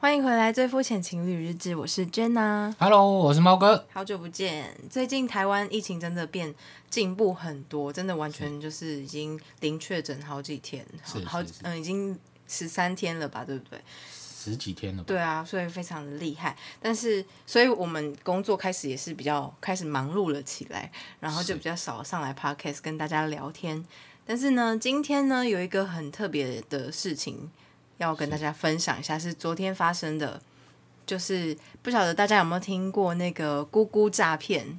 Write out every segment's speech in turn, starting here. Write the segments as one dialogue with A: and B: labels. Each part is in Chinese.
A: 欢迎回来《最肤浅情侣日志》，我是 Jenna，
B: Hello，我是猫哥。
A: 好久不见。最近台湾疫情真的变进步很多，真的完全就是已经零确诊好几天，好
B: 是
A: 好
B: 是是
A: 嗯，已经十三天了吧，对不对？
B: 十几天了吧？
A: 对啊，所以非常的厉害。但是，所以我们工作开始也是比较开始忙碌了起来，然后就是比较少上来 podcast 跟大家聊天。但是呢，今天呢有一个很特别的事情要跟大家分享一下，是昨天发生的，就是不晓得大家有没有听过那个“咕咕诈骗”。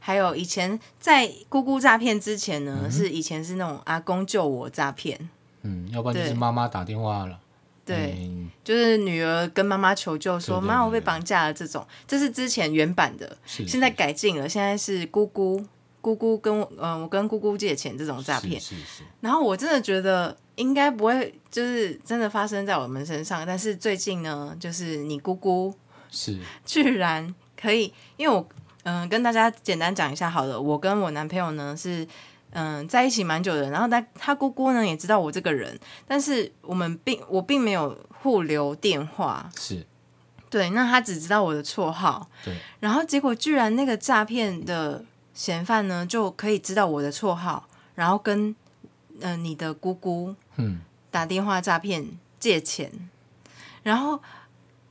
A: 还有以前在“咕咕诈骗”之前呢，是以前是那种阿公救我诈骗，
B: 嗯，要不然就是
A: 对
B: 妈妈打电话了。
A: 对，
B: 嗯
A: 就是女儿跟妈妈求救说：“
B: 对对
A: 妈，我被
B: 对
A: 绑架了。”这种，这是之前原版的，
B: 是
A: 现在改进了，现在是姑姑姑姑跟我，嗯、我跟姑姑借钱这种诈骗。
B: 是是是，
A: 然后我真的觉得应该不会，就是真的发生在我们身上。但是最近呢，就是你姑姑
B: 是
A: 居然可以，因为我嗯、跟大家简单讲一下好了，我跟我男朋友呢是嗯、在一起蛮久的，然后他他姑姑呢也知道我这个人，但是我们并我并没有互留电话，
B: 是，
A: 对，那他只知道我的绰号，
B: 对，
A: 然后结果居然那个诈骗的嫌犯呢就可以知道我的绰号，然后跟嗯、呃你的姑姑
B: 嗯，
A: 打电话诈骗借钱，然后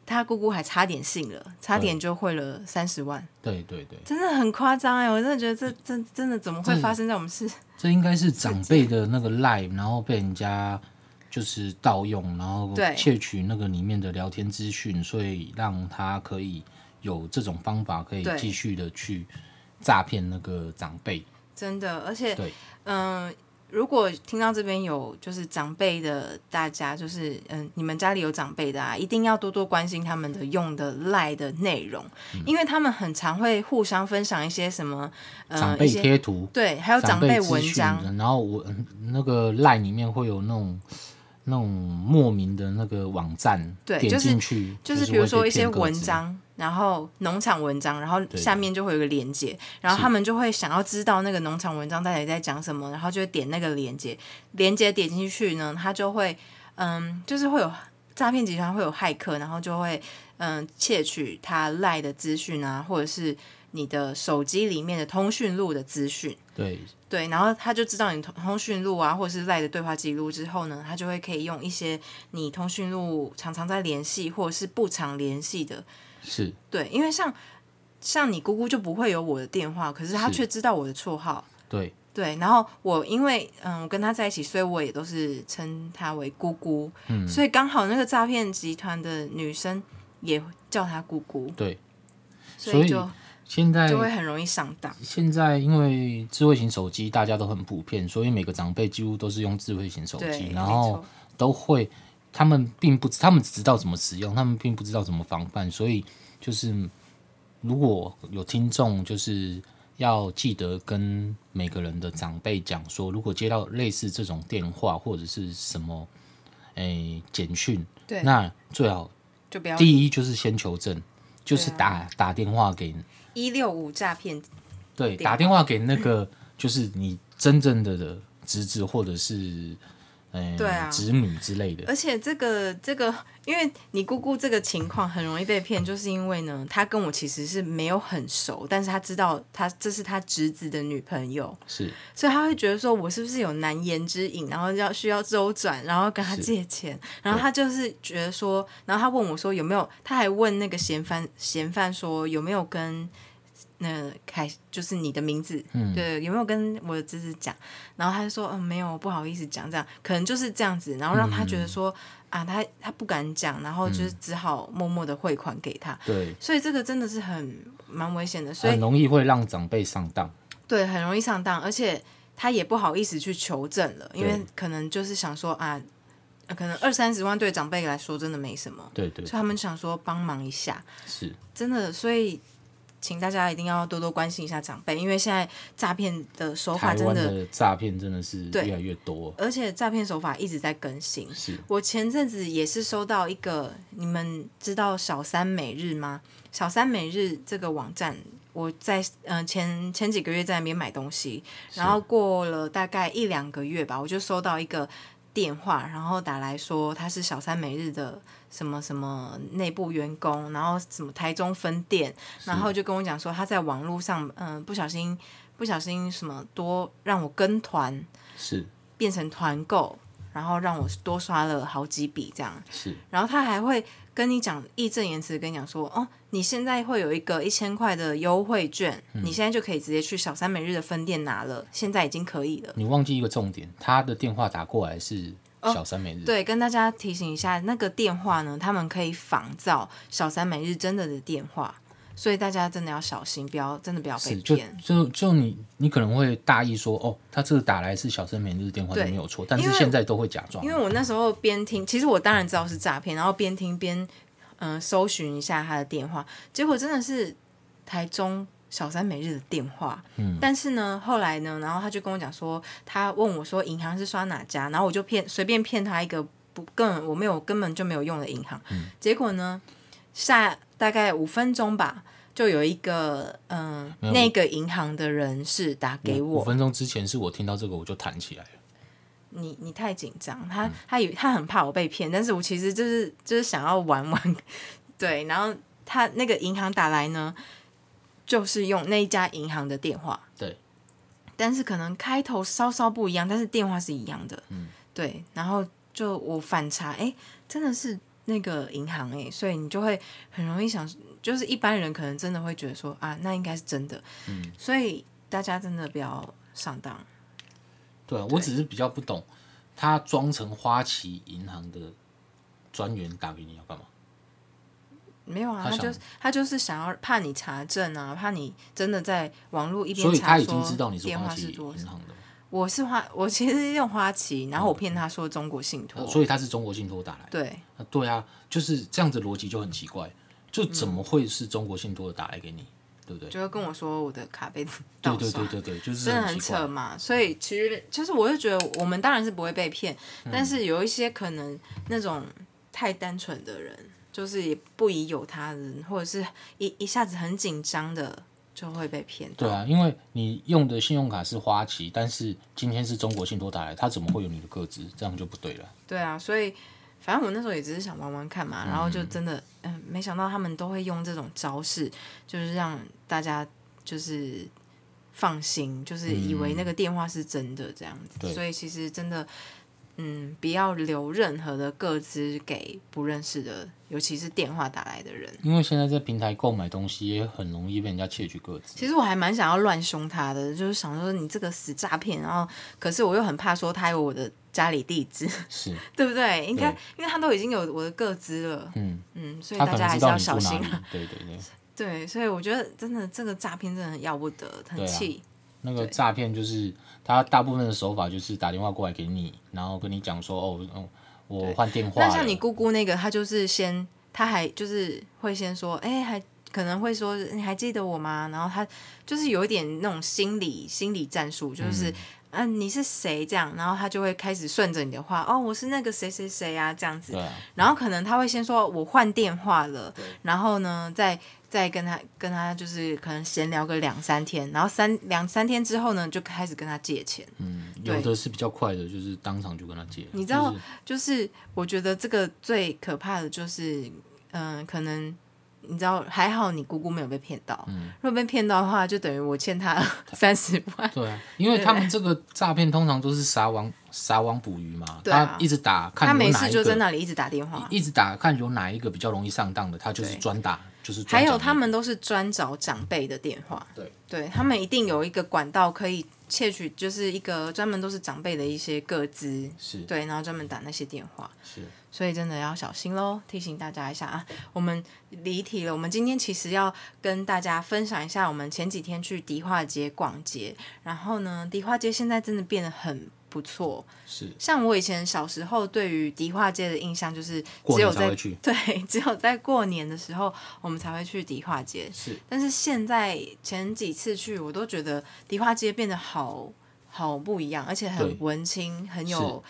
A: 他姑姑还差点信了，差点就汇了三十万，
B: 对对对，
A: 真的很夸张哎！我真的觉得这真真的怎么会
B: 这
A: 发生在我们市？
B: 这应该是长辈的那个 line，然后被人家就是盗用，然后
A: 对
B: 窃取那个里面的聊天资讯，所以让他可以有这种方法，可以
A: 对
B: 继续的去诈骗那个长辈。
A: 真的，而且
B: 对，
A: 嗯、如果听到这边有就是长辈的，大家就是嗯、你们家里有长辈的啊，一定要多多关心他们的用的赖的内容，
B: 嗯
A: 因为他们很常会互相分享一些什么
B: 长
A: 呃一
B: 辈
A: 些
B: 贴图，
A: 对，还有长
B: 辈
A: 辈
B: 资
A: 文
B: 讯
A: 章，
B: 的，然后我嗯那个 line 里面会有那种那种莫名的那个网站，
A: 对
B: 点
A: 就是
B: 进去
A: 就是是比如
B: 会
A: 说
B: 被
A: 一些
B: 骗个
A: 文
B: 资，
A: 章，然后农场文章，然后
B: 对
A: 下面就会有一个连接，然后他们就会想要知道那个农场文章到底在讲什么，然后就会点那个连接，连接点进去呢，他就会嗯，就是会有诈骗集团会有骇客，然后就会嗯窃取他赖的资讯啊，或者是你的手机里面的通讯录的资讯。
B: 对，
A: 对，然后他就知道你通通讯录啊，或者是赖的对话记录之后呢，他就会可以用一些你通讯录常常在联系或者是不常联系的，
B: 是
A: 对，因为像像你姑姑就不会有我的电话，可是她
B: 是
A: 却知道我的绰号，
B: 对，
A: 对，然后我因为嗯我跟她在一起，所以我也都是称她为姑姑，
B: 嗯，
A: 所以刚好那个诈骗集团的女生也叫她姑姑，
B: 对，
A: 所
B: 所
A: 以
B: 以
A: 就
B: 现在
A: 就会很容易上当，
B: 现在因为智慧型手机大家都很普遍，所以每个长辈几乎都是用智慧型手
A: 对，
B: 机，
A: 没
B: 然后
A: 错，
B: 都会，他们并不知，他们只知道怎么使用，他们并不知道怎么防范，所以就是如果有听众就是要记得跟每个人的长辈讲说，如果接到类似这种电话或者是什么诶、简讯，
A: 对，
B: 那最好
A: 就不要
B: 第一就是先求证，就是
A: 对啊
B: 打、打电话给
A: 一六五诈骗
B: 对，
A: 电
B: 打电话给那个就是你真正的的侄子或者是。嗯，
A: 对啊
B: 侄女之类的，
A: 而且这个这个，因为你姑姑这个情况很容易被骗，就是因为呢，她跟我其实是没有很熟，但是她知道她这是她侄子的女朋友，
B: 是
A: 所以她会觉得说我是不是有难言之隐，然后要需要周转，然后跟她借钱，然后她就是觉得说，然后她问我说有没有，她还问那个嫌犯嫌犯说有没有跟。那凯就是你的名字，
B: 嗯
A: 对，有没有跟我的侄子讲？然后他就说，嗯，没有，不好意思讲，这样可能就是这样子，然后让他觉得说，啊，他他不敢讲，然后就是只好默默的汇款给他，
B: 对，
A: 所以这个真的是很蛮危险的，所
B: 很
A: 以
B: 容易会让长辈上当。
A: 对很容易上当，而且他也不好意思去求证了，因为
B: 对
A: 可能就是想说啊，呃可能二三十万对长辈来说真的没什么，
B: 对对
A: 所以，他们想说帮忙一下，
B: 是
A: 真的，所以请大家一定要多多关心一下长辈，因为现在诈骗的手法
B: 台
A: 真
B: 湾
A: 的，
B: 的诈骗真的是
A: 对
B: 越来越多。
A: 而且诈骗手法一直在更新，
B: 是
A: 我前阵子也是收到一个，你们知道小三每日吗？小三每日这个网站，我在嗯、呃前前几个月在那边买东西，然后过了大概一两个月吧，我就收到一个电话，然后打来说他是小三每日的什么什么内部员工，然后什么台中分店，然后就跟我讲说他在网络上嗯、呃不小心不小心什么多让我跟团
B: 是
A: 变成团购，然后让我多刷了好几笔这样，
B: 是
A: 然后他还会跟你讲义正言辞地跟你讲说，哦，你现在会有一个一千块的优惠券，
B: 嗯
A: 你现在就可以直接去小三每日的分店拿了，现在已经可以了。
B: 你忘记一个重点，他的电话打过来是小三每日，
A: 哦对，跟大家提醒一下，那个电话呢，他们可以仿造小三每日真的的电话，所以大家真的要小心，不要真的不要被
B: 是就
A: 骗。
B: 就就你你可能会大意说哦，他这个打来是小三每日电话就
A: 对
B: 没有错，但
A: 因
B: 是
A: 为
B: 现在都会假装
A: 因，为我那时候边听，其实我当然知道是诈骗，然后边听边嗯、呃搜寻一下他的电话，结果真的是台中小三每日的电话。嗯，但是呢，后来呢，然后他就跟我讲说，他问我说银行是刷哪家，然后我就骗随便骗他一个不根本我没有根本就没有用的银行，
B: 嗯
A: 结果呢，下大概五分钟吧。就有一个嗯、
B: 没有
A: 那个银行的人士打给
B: 五
A: 我
B: 五，分钟之前是我听到这个我就弹起来了，
A: 你你太紧张，他他以他很怕我被骗，但是我其实就是就是想要玩玩，对，然后他那个银行打来呢，就是用那一家银行的电话，
B: 对，
A: 但是可能开头稍稍不一样，但是电话是一样的，嗯，对，然后就我反查，哎、真的是那个银行哎、所以你就会很容易想，就是一般人可能真的会觉得说啊，那应该是真的，嗯，所以大家真的不要上当，
B: 对啊，我只是比较不懂，他装成花旗银行的专员打给你要干嘛？
A: 没有啊，
B: 他
A: 他
B: 想
A: 就是他就是想要怕你查证啊，怕你真的在网络一边
B: 所以
A: 查
B: 他
A: 说
B: 已经知道你是
A: 电
B: 花
A: 话
B: 旗嗯
A: 是
B: 银
A: 多少。
B: 行的嘛，
A: 我是花，我其实是用花旗，
B: 嗯
A: 然后我骗他说中国信托，
B: 呃所以他是中国信托打来的。
A: 哦对，
B: 啊对啊，就是这样子逻辑就很奇怪，就怎么会是中国信托打来给你，对不对？
A: 就会跟我说我的卡被
B: 对
A: 盗
B: 对
A: 刷
B: 对，对对，就是
A: 真的很
B: 奇怪
A: 扯。嘛。所以其实就是我就觉得我们当然是不会被骗，
B: 嗯
A: 但是有一些可能那种太单纯的人，就是也不疑有他人，或者是一一下子很紧张的就会被骗到。
B: 对啊，因为你用的信用卡是花旗，但是今天是中国信托打来，他怎么会有你的个资？这样就不对了。
A: 对啊，所以反正我那时候也只是想玩玩看嘛，然后就真的，嗯、没想到他们都会用这种招式，就是让大家就是放心，就是以为那个电话是真的这样子。
B: 对
A: 所以其实真的，嗯，不要留任何的个资给不认识的，尤其是电话打来的人。
B: 因为现在在平台购买东西也很容易被人家窃取个资。
A: 其实我还蛮想要乱凶他的，就是想说你这个死诈骗，然后可是我又很怕说他有我的家里地址，
B: 是，
A: 对不对？应该
B: 对
A: 因为他都已经有我的个资了，
B: 嗯，
A: 嗯，所以
B: 他
A: 大
B: 可
A: 家
B: 能
A: 还
B: 知
A: 是
B: 道
A: 要
B: 你
A: 小
B: 住哪
A: 心
B: 里
A: 啊。。
B: 对对对，
A: 对，所以我觉得真的这个诈骗真的很要不得，很
B: 对啊
A: 气。
B: 那个诈骗就是他大部分的手法就是打电话过来给你，然后跟你讲说哦，哦我换电话
A: 那
B: 了。
A: 像你姑姑那个，她就是先，她还就是会先说，哎、还可能会说你还记得我吗？然后她就是有一点那种心理心理战术，就是。嗯、你是谁？这样，然后她就会开始顺着你的话，哦，我是那个谁谁谁啊，这样子
B: 对。啊，
A: 然后可能他会先说我换电话了，然后呢，再再跟他跟他就是可能闲聊个两三天，然后三两三天之后呢，就开始跟他借钱。
B: 嗯，
A: 对
B: 有的是比较快的，就是当场就跟他借。
A: 你知道
B: 就是
A: 就是我觉得这个最可怕的就是，嗯、可能你知道，还好你姑姑没有被骗到，
B: 嗯
A: 如果被骗到的话，就等于我欠他三十万。
B: 对啊，因为他们这个诈骗通常都是撒网撒网捕鱼嘛，
A: 对啊
B: 他一直打看
A: 他
B: 有
A: 没
B: 哪
A: 事
B: 一
A: 就在
B: 个，
A: 那里一直打电话，
B: 一直打看有哪一个比较容易上当的，他就是
A: 对
B: 专打，就是专
A: 还有
B: 讲
A: 他
B: 那个
A: 们都是专找长辈的电话，
B: 对，
A: 他们一定有一个管道可以窃取，就是一个专门都是长辈的一些个资，
B: 是
A: 对，然后专门打那些电话，
B: 是
A: 所以真的要小心喽，提醒大家一下啊。我们离题了，我们今天其实要跟大家分享一下，我们前几天去迪化街逛街，然后呢，迪化街现在真的变得很不错，
B: 是，
A: 像我以前小时候对于迪化街的印象就是
B: 过
A: 只有
B: 年才
A: 在
B: 会去，
A: 对，只有在过年的时候我们才会去迪化街。
B: 是
A: 但是现在前几次去，我都觉得迪化街变得好好不一样，而且
B: 对
A: 很文青，很有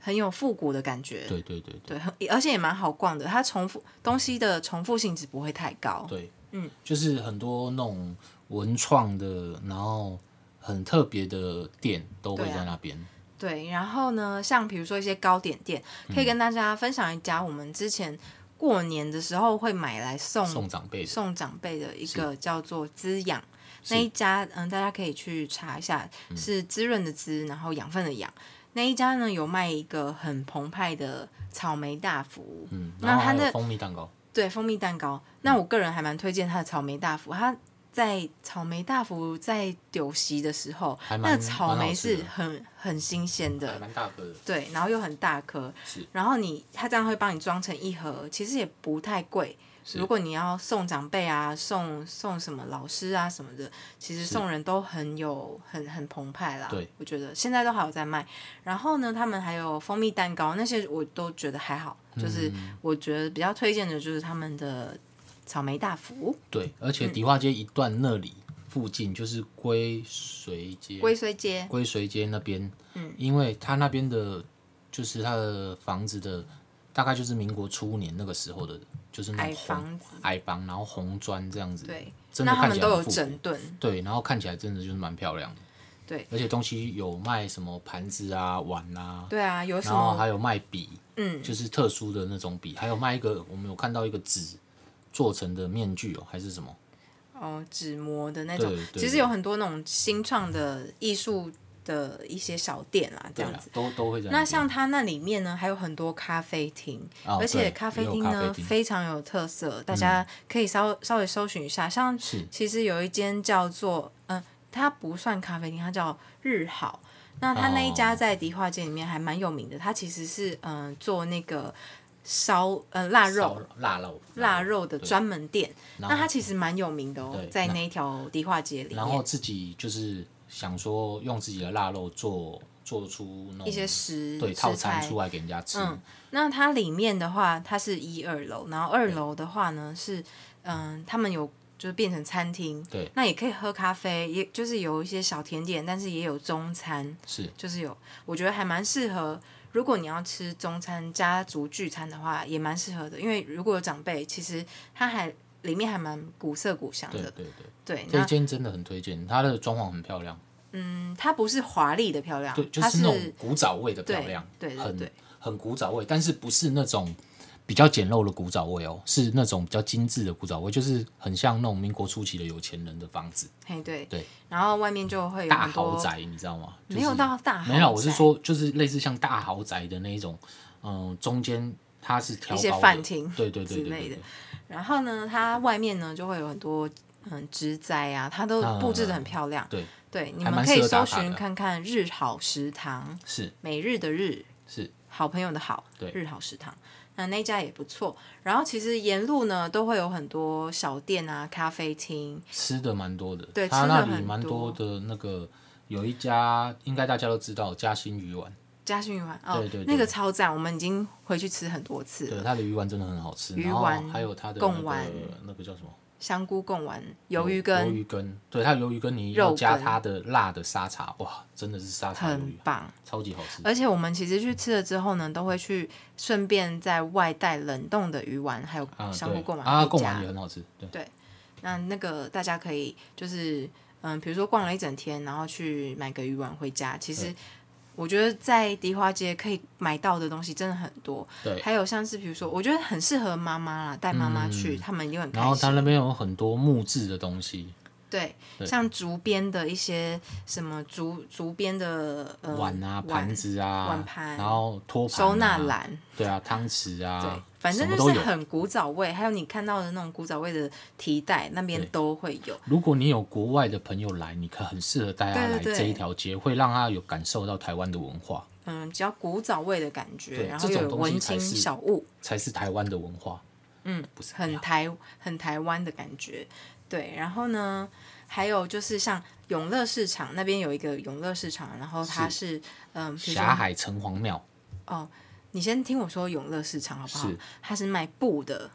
A: 很有复古的感觉。
B: 对对对
A: 对，
B: 对
A: 很而且也蛮好逛的。它重复东西的重复性质不会太高。
B: 对，嗯，就是很多那种文创的，然后很特别的店都会
A: 对啊
B: 在那边，
A: 对，然后呢，像比如说一些糕点店，可以
B: 嗯
A: 跟大家分享一家我们之前过年的时候会买来送
B: 送长辈的
A: 送长辈的一个叫做滋养那一家，嗯，大家可以去查一下，
B: 嗯
A: 是滋润的滋，然后养分的养。那一家呢有卖一个很澎湃的草莓大福，
B: 嗯，
A: 那
B: 然后
A: 它
B: 还有
A: 那
B: 蜂蜜蛋糕，
A: 对，蜂蜜蛋糕。那我个人还蛮推荐它的草莓大福，它在草莓大福在酒席的时候
B: 还，蛮
A: 那草
B: 蛮好
A: 莓
B: 吃
A: 是
B: 的
A: 很很新鲜的
B: 还，蛮大个的，
A: 对，然后又很大颗
B: 是，
A: 然后你它这样会帮你装成一盒，其实也不太贵。
B: 是
A: 如果你要送长辈啊，送送什么老师啊什么的，其实送人都很有很很澎湃啦。
B: 对，
A: 我觉得现在都还有在卖。然后呢，他们还有蜂蜜蛋糕那些，我都觉得还好。
B: 嗯
A: 就是我觉得比较推荐的就是他们的草莓大福、
B: 对，而
A: 嗯
B: 且迪化街一段那里附近就是龟水街，
A: 龟虽街，
B: 龟水街那边，嗯，因为他那边的，就是他的房子的，大概就是民国初年那个时候的，就是那
A: 矮
B: 种红
A: 房子，
B: 矮房，然后红砖这样子，
A: 对，
B: 真的
A: 那他
B: 看
A: 们
B: 起
A: 都有
B: 来很复
A: 整
B: 古，
A: 顿，
B: 对，然后看起来真的就是蛮漂亮的，
A: 对，
B: 而且东西有卖什么盘子啊、碗啊，
A: 对啊，有什
B: 然后
A: 么
B: 还有卖笔，
A: 嗯，
B: 就是特殊的那种笔，还有卖一个，我们有看到一个纸做成的面具哦，还是什么？
A: 哦，纸模的那种
B: 对，对
A: 其实有很多那种新创的艺术的一些小店啦，这
B: 对啊
A: 样
B: 嗯啦
A: 子。，
B: 都都会这样子。
A: 那像它那里面呢，还有很多咖啡厅，
B: 哦
A: 而且
B: 对
A: 咖啡
B: 也有
A: 厅
B: 咖
A: 呢
B: 啡厅嗯
A: 非常有特色，大家可以稍稍微搜寻一下。像
B: 是
A: 其实有一间叫做嗯、它不算咖啡厅，它叫日好。那它那一家
B: 哦
A: 在迪化街里面还蛮有名的，它其实是嗯、呃做那个烧呃腊肉
B: 烧腊肉，
A: 腊肉的
B: 对
A: 专门店，那
B: 后
A: 它其实蛮有名的哦
B: 对，
A: 在
B: 那
A: 那一条迪化街里
B: 然后
A: 面，
B: 自己就是想说用自己的腊肉做做出那种
A: 一些食
B: 嗯对
A: 食
B: 套餐
A: 材
B: 出来给人家吃，
A: 嗯那它里面的话，它是一二楼，然后二楼的话呢是，嗯，他们有就是变成餐厅，
B: 对，
A: 那也可以喝咖啡，也就是有一些小甜点，但是也有中餐，
B: 是
A: 就是有，我觉得还蛮适合。如果你要吃中餐家族聚餐的话，也蛮适合的，因为如果有长辈，其实它还里面还蛮古色古香
B: 对
A: 的，
B: 对对，
A: 对，
B: 这
A: 那
B: 一间真的很推荐，它的装潢很漂亮，
A: 嗯，它不是华丽的漂亮，
B: 对，就
A: 它
B: 是那种古早味的漂
A: 对
B: 亮，
A: 对对对
B: 很很古早味，但是不是那种。比较简陋的古早味哦，是那种比较精致的古早味，就是很像那种民国初期的有钱人的房子，
A: 嘿对
B: 对，
A: 然后外面就会有
B: 大
A: 很多
B: 豪宅，你知道吗？就
A: 没有
B: 是
A: 到大豪宅，
B: 没有，我是说，就是类似像大豪宅的那一种，嗯、中间它是挑
A: 一些
B: 高的
A: 饭厅
B: 对对对
A: 之
B: 对
A: 类
B: 对
A: 的
B: 对，。
A: 然后呢，它外面呢就会有很多嗯植栽啊，它都布置的很漂亮。
B: 嗯对，
A: 对，你
B: 还
A: 们
B: 蛮
A: 可以
B: 适合
A: 搜
B: 打卡
A: 寻
B: 的
A: 看看日好食堂，
B: 是
A: 每日的日，
B: 是，
A: 好朋友的好，
B: 对
A: 日好食堂。那那家也不错，然后其实沿路呢都会有很多小店啊、咖啡厅，
B: 吃的蛮多的，
A: 对
B: 它
A: 吃的
B: 那里
A: 很
B: 蛮
A: 多
B: 多的那个有一家应该大家都知道嘉兴鱼丸，
A: 嘉兴鱼丸哦，
B: 对对对
A: 那个超赞，我们已经回去吃很多次了
B: 对，它的鱼丸真的很好吃，
A: 鱼
B: 然后
A: 丸
B: 还有它的
A: 贡
B: 那
A: 丸
B: 个那个叫什么
A: 香菇贡丸、鱿鱼
B: 鱿
A: 羹，
B: 鱼羹，对，它的鱿鱼羹你
A: 肉
B: 要加
A: 羹
B: 它的辣的沙茶，哇，真的是沙茶鱿
A: 很
B: 鱼，
A: 棒。
B: 超级好吃，
A: 而且我们其实去吃了之后呢，都会去顺便在外带冷冻的鱼丸，还有
B: 啊，
A: 香菇
B: 对
A: 贡丸
B: 啊，
A: 回
B: 贡
A: 家
B: 丸也很好吃，对，
A: 那那个大家可以就是嗯，比如说逛了一整天，然后去买个鱼丸回家。其实
B: 对
A: 我觉得在迪化街可以买到的东西真的很多，
B: 对
A: 还有像是比如说，我觉得很适合妈妈啦，带妈妈去，
B: 嗯
A: 他们一定很
B: 然
A: 开
B: 后它
A: 心。
B: 那边有很多木质的东西，
A: 对，
B: 对
A: 像竹编的一些什么竹竹编的呃
B: 碗啊、盘、子啊、
A: 碗盘
B: 然后托盘、啊
A: 收纳，篮，
B: 对啊，汤匙
A: 对
B: 啊，，
A: 反正
B: 什么
A: 就
B: 都
A: 是
B: 有。
A: 很古早味，还有你看到的那种古早味的提袋，那边
B: 对
A: 都会有。
B: 如果你有国外的朋友来，你可很适合带他
A: 对
B: 来
A: 对对
B: 这一条街，会让他有感受到台湾的文化，
A: 嗯，比较古早味的感觉，
B: 对
A: 然后
B: 这
A: 又
B: 种
A: 有
B: 东西
A: 文青
B: 才是
A: 小物，
B: 才是台湾的文化。嗯，不是
A: 很台很台湾的感觉。对，然后呢，还有就是像永乐市场那边有一个永乐市场，然后它是嗯，比如
B: 霞
A: 说
B: 海城隍庙
A: 你先听我说永乐市场好不好
B: 是？
A: 它是卖布的，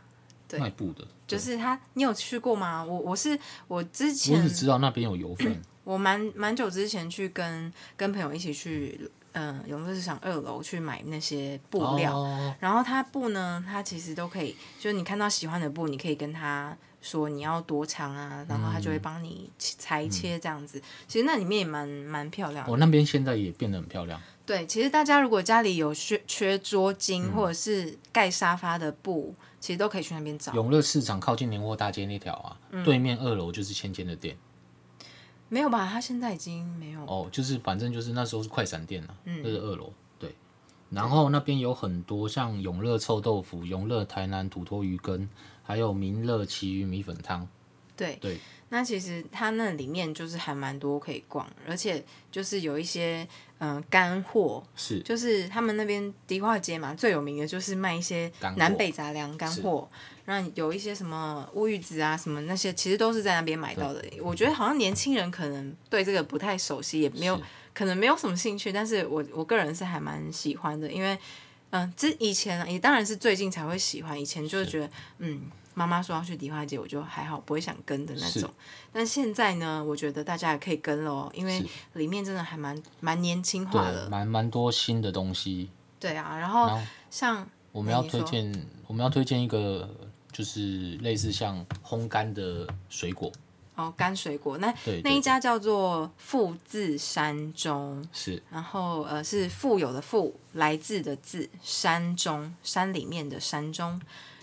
A: 对
B: 卖布的，
A: 就是它，你有去过吗？我我是我之
B: 我
A: 前
B: 只知道那边有油粉，
A: 我蛮蛮久之前去跟跟朋友一起去，嗯、永乐市场二楼去买那些布料，
B: 哦
A: 然后它布呢，它其实都可以，就是你看到喜欢的布，你可以跟他说你要多长啊，然后他就会帮嗯你切裁切这样子。其实那里面也蛮蛮漂亮的，
B: 哦，那边现在也变得很漂亮，
A: 对，其实大家如果家里有缺缺桌巾或者是盖沙发的布，其实都可以去那边找。
B: 永乐市场靠近年货大街那条啊，
A: 嗯
B: 对面二楼就是芊芊的店。
A: 没有吧？他现在已经没有。
B: 哦，就是反正就是那时候是快闪店啊，
A: 嗯
B: 那是二楼。对，然后那边有很多像永乐臭豆腐、永乐台南土托鱼羹，还有民乐奇鱼米粉汤。
A: 对
B: 对，
A: 那其实它那里面就是还蛮多可以逛，而且就是有一些嗯、呃干货，
B: 是
A: 就是他们那边迪化街嘛，最有名的就是卖一些
B: 干货
A: 南北杂粮干货，那有一些什么乌鱼子啊什么那些，其实都是在那边买到的。我觉得好像年轻人可能对这个不太熟悉，也没有
B: 是
A: 可能没有什么兴趣，但是我我个人是还蛮喜欢的，因为。嗯，这以前啊也当然是最近才会喜欢，以前就是觉得，嗯，妈妈说要去迪化街，我就还好，不会想跟的那
B: 是
A: 种。但现在呢，我觉得大家也可以跟喽，因为
B: 是
A: 里面真的还蛮蛮年轻化
B: 对，
A: 的。
B: 蛮蛮多新的东西。
A: 对啊，然后
B: 然后
A: 像
B: 我们要
A: 那你说
B: 推荐，我们要推荐一个就是类似像烘干的水果，
A: 哦干水果，那
B: 对
A: 那
B: 对
A: 一家叫做富自山中，
B: 是
A: 然后呃是富有的富，来自的自，山中山里面的山中。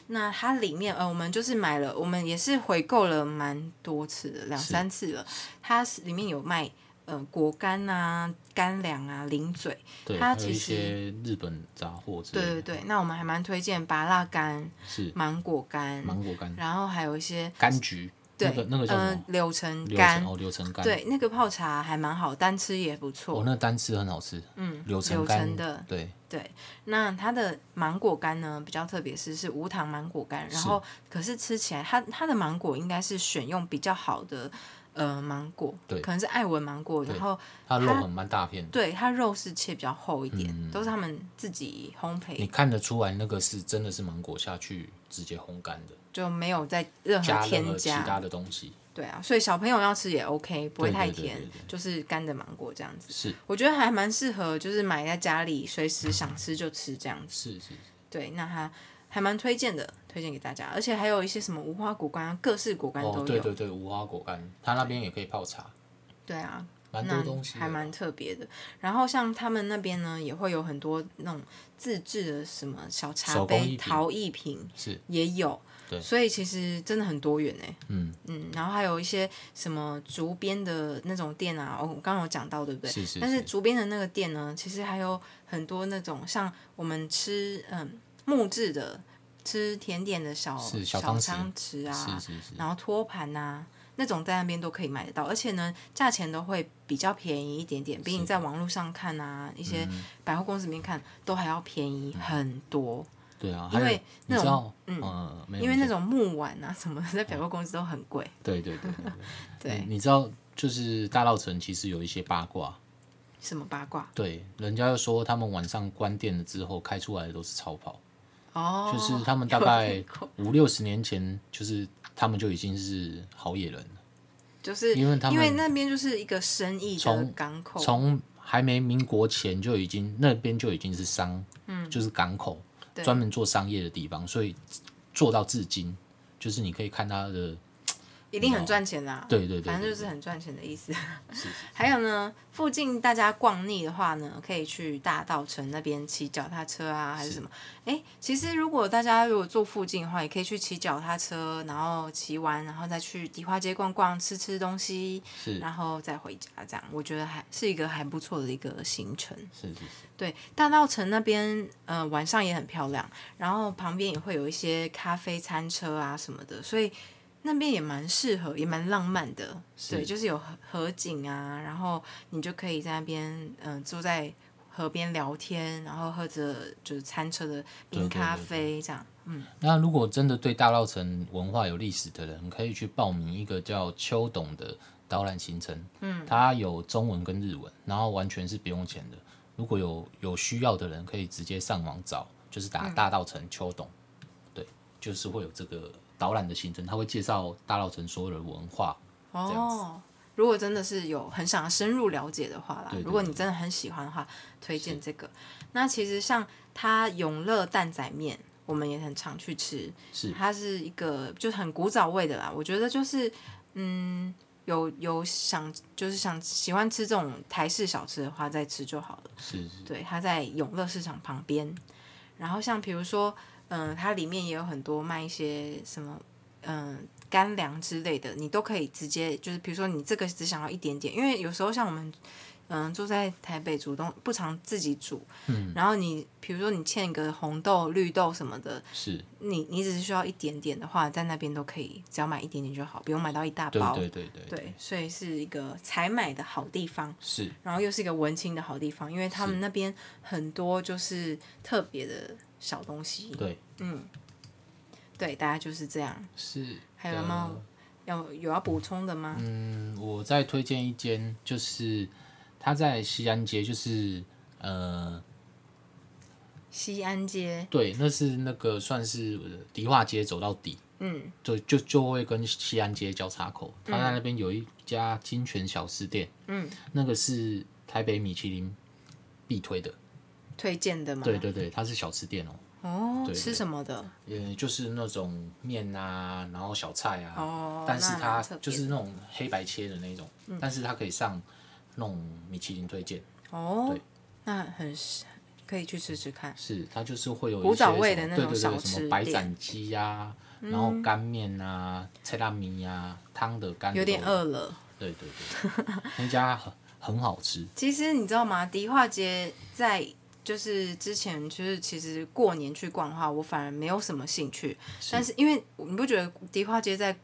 A: 那它里面呃，我们就是买了，我们也是回购了蛮多次的，两
B: 是
A: 三次了。它是里面有卖呃果干啊、干粮啊、零嘴，
B: 对，
A: 它
B: 还
A: 其
B: 有一
A: 实
B: 些日本杂货之
A: 对
B: 类
A: 对
B: 的，
A: 对。那我们还蛮推荐芭辣干、
B: 是
A: 芒果干，
B: 芒果干、
A: 然后还有一些
B: 柑橘，
A: 对
B: 那个那个叫什
A: 嗯
B: 么？
A: 柳橙
B: 柳
A: 干
B: 橙，哦，柳橙干，
A: 对，那个泡茶还蛮好，单吃也不
B: 哦，
A: 错。
B: 那个单吃很好吃，
A: 嗯，
B: 柳橙
A: 柳
B: 干
A: 橙的，
B: 对，
A: 对。那它的芒果干呢比较特别，是是无糖芒果干，然
B: 是
A: 后可是吃起来它它的芒果应该是选用比较好的呃芒果，
B: 对
A: 可能是艾文芒果，然
B: 对
A: 后
B: 它肉
A: 它
B: 很蛮大片的，
A: 对它肉是切比较厚一点，
B: 嗯
A: 都是他们自己烘
B: 你
A: 焙，
B: 看得出来那个是真的是芒果下去直接烘干的，
A: 就没有再任
B: 加
A: 何
B: 任
A: 添
B: 何其
A: 加，
B: 他的东西，
A: 对啊，所以小朋友要吃也 OK，不会
B: 对对
A: 太
B: 对对
A: 甜，
B: 对
A: 就是干的芒果这样子。
B: 是
A: 我觉得还蛮适合，就是买在家里，随时想吃就吃这样子。
B: 是是，是
A: 对，那它还蛮推荐的，推荐给大家。而且还有一些什么无花果干啊、各式果干都有。
B: 哦，对对对，无花果干，它那边也可以泡茶，
A: 对啊，
B: 蛮多
A: 那
B: 东西的，
A: 还蛮特别的。然后像他们那边呢，也会有很多那种自制的什么小茶
B: 手工
A: 杯、
B: 艺品
A: 陶艺品
B: 是
A: 也有。
B: 对
A: 所以其实真的很多元哎、
B: 嗯
A: 嗯，然后还有一些什么竹编的那种店啊，哦，我刚刚有讲到，对不对？
B: 是是
A: 但是
B: 是
A: 竹编的那个店呢，其实还有很多那种像我们吃嗯木质的吃甜点的小
B: 是
A: 小
B: 小汤匙
A: 汤匙
B: 是
A: 啊，
B: 是是，
A: 然后托盘呐、那种在那边都可以买得到，而且呢，价钱都会比较便宜一点点，比你在网络上看啊，一些
B: 嗯
A: 百货公司里面看都还要便宜很多，
B: 对啊，
A: 因
B: 还有
A: 为
B: 你
A: 那
B: 知
A: 种
B: 道，嗯，没有
A: 因为
B: 你
A: 那
B: 说
A: 种木碗啊什 么的，在百货公司都很贵。
B: 对对对对对
A: 对，
B: 你你知道就是大稻城其实有一些八卦，
A: 什么八卦？
B: 对，人家又说他们晚上关店了之后开出来的都是超跑，
A: 哦，
B: 就 是他们大
A: 有
B: 概
A: 听过
B: 五六十年前，就是他们就已经是好野人了，
A: 就是
B: 因为他们
A: 那边就是一个生意的
B: 从
A: 港口，
B: 从还没民国前就已经那边就已经是商，嗯，就是港口
A: 对
B: 专门做商业的地方，所以做到至今，就是你可以看它的
A: 一定很赚钱啦。
B: 对对对
A: 啊
B: 对
A: 反正就
B: 对
A: 是很赚钱的意 思。还有呢，附近大家逛腻的话呢，可以去大稻城那边骑脚踏车啊，还是什么？哎，其实如果大家如果住附近的话，也可以去骑脚踏车，然后骑完，然后再去迪化街逛逛，吃吃东西，
B: 是
A: 然后再回家。这样我觉得还是一个还不错的一个行程。
B: 是是是
A: 对，大稻城那边，呃，晚上也很漂亮，然后旁边也会有一些咖啡餐车啊什么的，所以那边也蛮适合，也蛮浪漫的。对，就是有河河景啊，然后你就可以在那边，嗯、坐在河边聊天，然后喝着就是餐车的冰
B: 对对
A: 咖
B: 对对
A: 啡这样。嗯，
B: 那如果真的对大稻城文化有历史的人，可以去报名一个叫秋董的导览行程，嗯，它有中文跟日文，然后完全是不用钱的。如果有有需要的人，可以直接上网找，就是打大稻城秋董，对，就是会有这个导览的行程，他会介绍大稻城所有的文化，这样子
A: 哦。如果真的是有很想要深入了解的话啦，
B: 对对
A: 如果你真的很喜欢的话，推荐这个。那其实像它永乐蛋仔面，我们也很常去吃，
B: 是
A: 它是一个就是很古早味的啦。我觉得就是嗯，有有想就是想喜欢吃这种台式小吃的话，再吃就好了。
B: 是是
A: 对，它在永乐市场旁边。然后像比如说，嗯、它里面也有很多卖一些什么，嗯、干粮之类的，你都可以直接就是，比如说你这个只想要一点点，因为有时候像我们，嗯、住在台北煮东不常自己煮，嗯，然后你比如说你欠个红豆、绿豆什么的，
B: 是，
A: 你你只是需要一点点的话，在那边都可以，只要买一点点就好，不用买到一大
B: 对
A: 包。
B: 对对对
A: 对，所以是一个采买的好地方。
B: 是
A: 然后又是一个文青的好地方，因为他们那边很多就是特别的小东西。嗯
B: 对
A: 对，大家就是这样。
B: 是。
A: 还有吗？要有要补充的吗？
B: 呃嗯，我再推荐一间，就是它在西安街，就是呃，
A: 西安街，
B: 对，那是那个算是呃迪化街走到底，
A: 嗯，
B: 就就就会跟西安街交叉口。它在那边有一家金泉小吃店，
A: 嗯，
B: 那个是台北米其林必推的，
A: 推荐的吗？
B: 对对对，它是小吃店哦，
A: 哦，
B: 对
A: 吃什么的？
B: 呃，就是那种面啊，然后小菜啊，
A: 哦
B: 但是
A: 那
B: 它
A: 蛮特别嗯
B: 就是那种黑白切的那种，但是它可以上那种米其林推荐，
A: 哦
B: 对，
A: 那很是可以去吃吃看。
B: 是它就是会有一
A: 古
B: 些
A: 早
B: 什
A: 味
B: 么
A: 的那
B: 对
A: 种
B: 对
A: 小
B: 对，什
A: 吃
B: 么白
A: 店嗯
B: 斩鸡啊，然后干面啊、菜拉米啊、汤的干的
A: 有点
B: 都
A: 饿了。
B: 对对对，那家很很好吃，
A: 其实你知道吗？迪化街在就是之前就是其实过年去逛的话，我反而没有什么兴趣。但是因为你不觉得迪化街在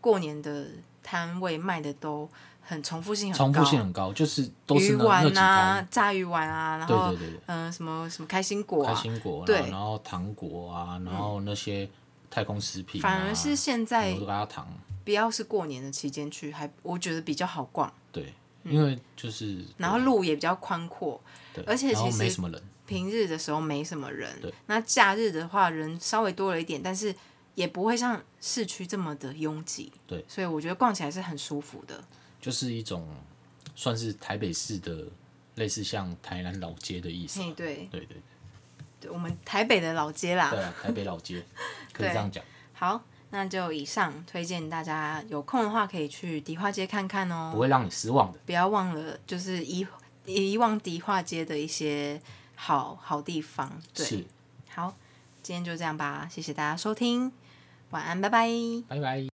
A: 过年的摊位卖的都很重复性很
B: 重
A: 高，
B: 复性很高，就是都
A: 鱼
B: 是那那
A: 丸
B: 几
A: 啊
B: 摊，、
A: 炸鱼丸啊，然
B: 对
A: 后
B: 对对对，
A: 嗯、呃什么什么开心果
B: 开
A: 啊，
B: 心果，
A: 对嗯
B: 然后然后糖果啊，然后那些太空食品啊，
A: 反而是现在
B: 我都加糖，
A: 不要是过年的期间去，还我觉得比较好逛，
B: 对，
A: 嗯
B: 因为就是
A: 然后路也比较宽阔，
B: 对，
A: 嗯而且
B: 然后
A: 其实
B: 没什么人，
A: 平日的时候没什么人
B: 对，
A: 那假日的话人稍微多了一点，但是也不会像市区这么的拥挤。
B: 对，
A: 所以我觉得逛起来是很舒服的。
B: 就是一种算是台北市的类似像台南老街的意思，
A: 嘿，对，
B: 对对
A: 对我们台北的老街啦
B: 对。啊，台北老街可以这样讲，
A: 好，那就以上推荐大家有空的话可以去迪化街看看
B: 不
A: 哦，
B: 会让你失望的。
A: 不要忘了就是遗遗忘迪化街的一些好好地方。对，
B: 是，
A: 好，今天就这样吧，谢谢大家收听，晚安，拜拜。
B: 拜拜。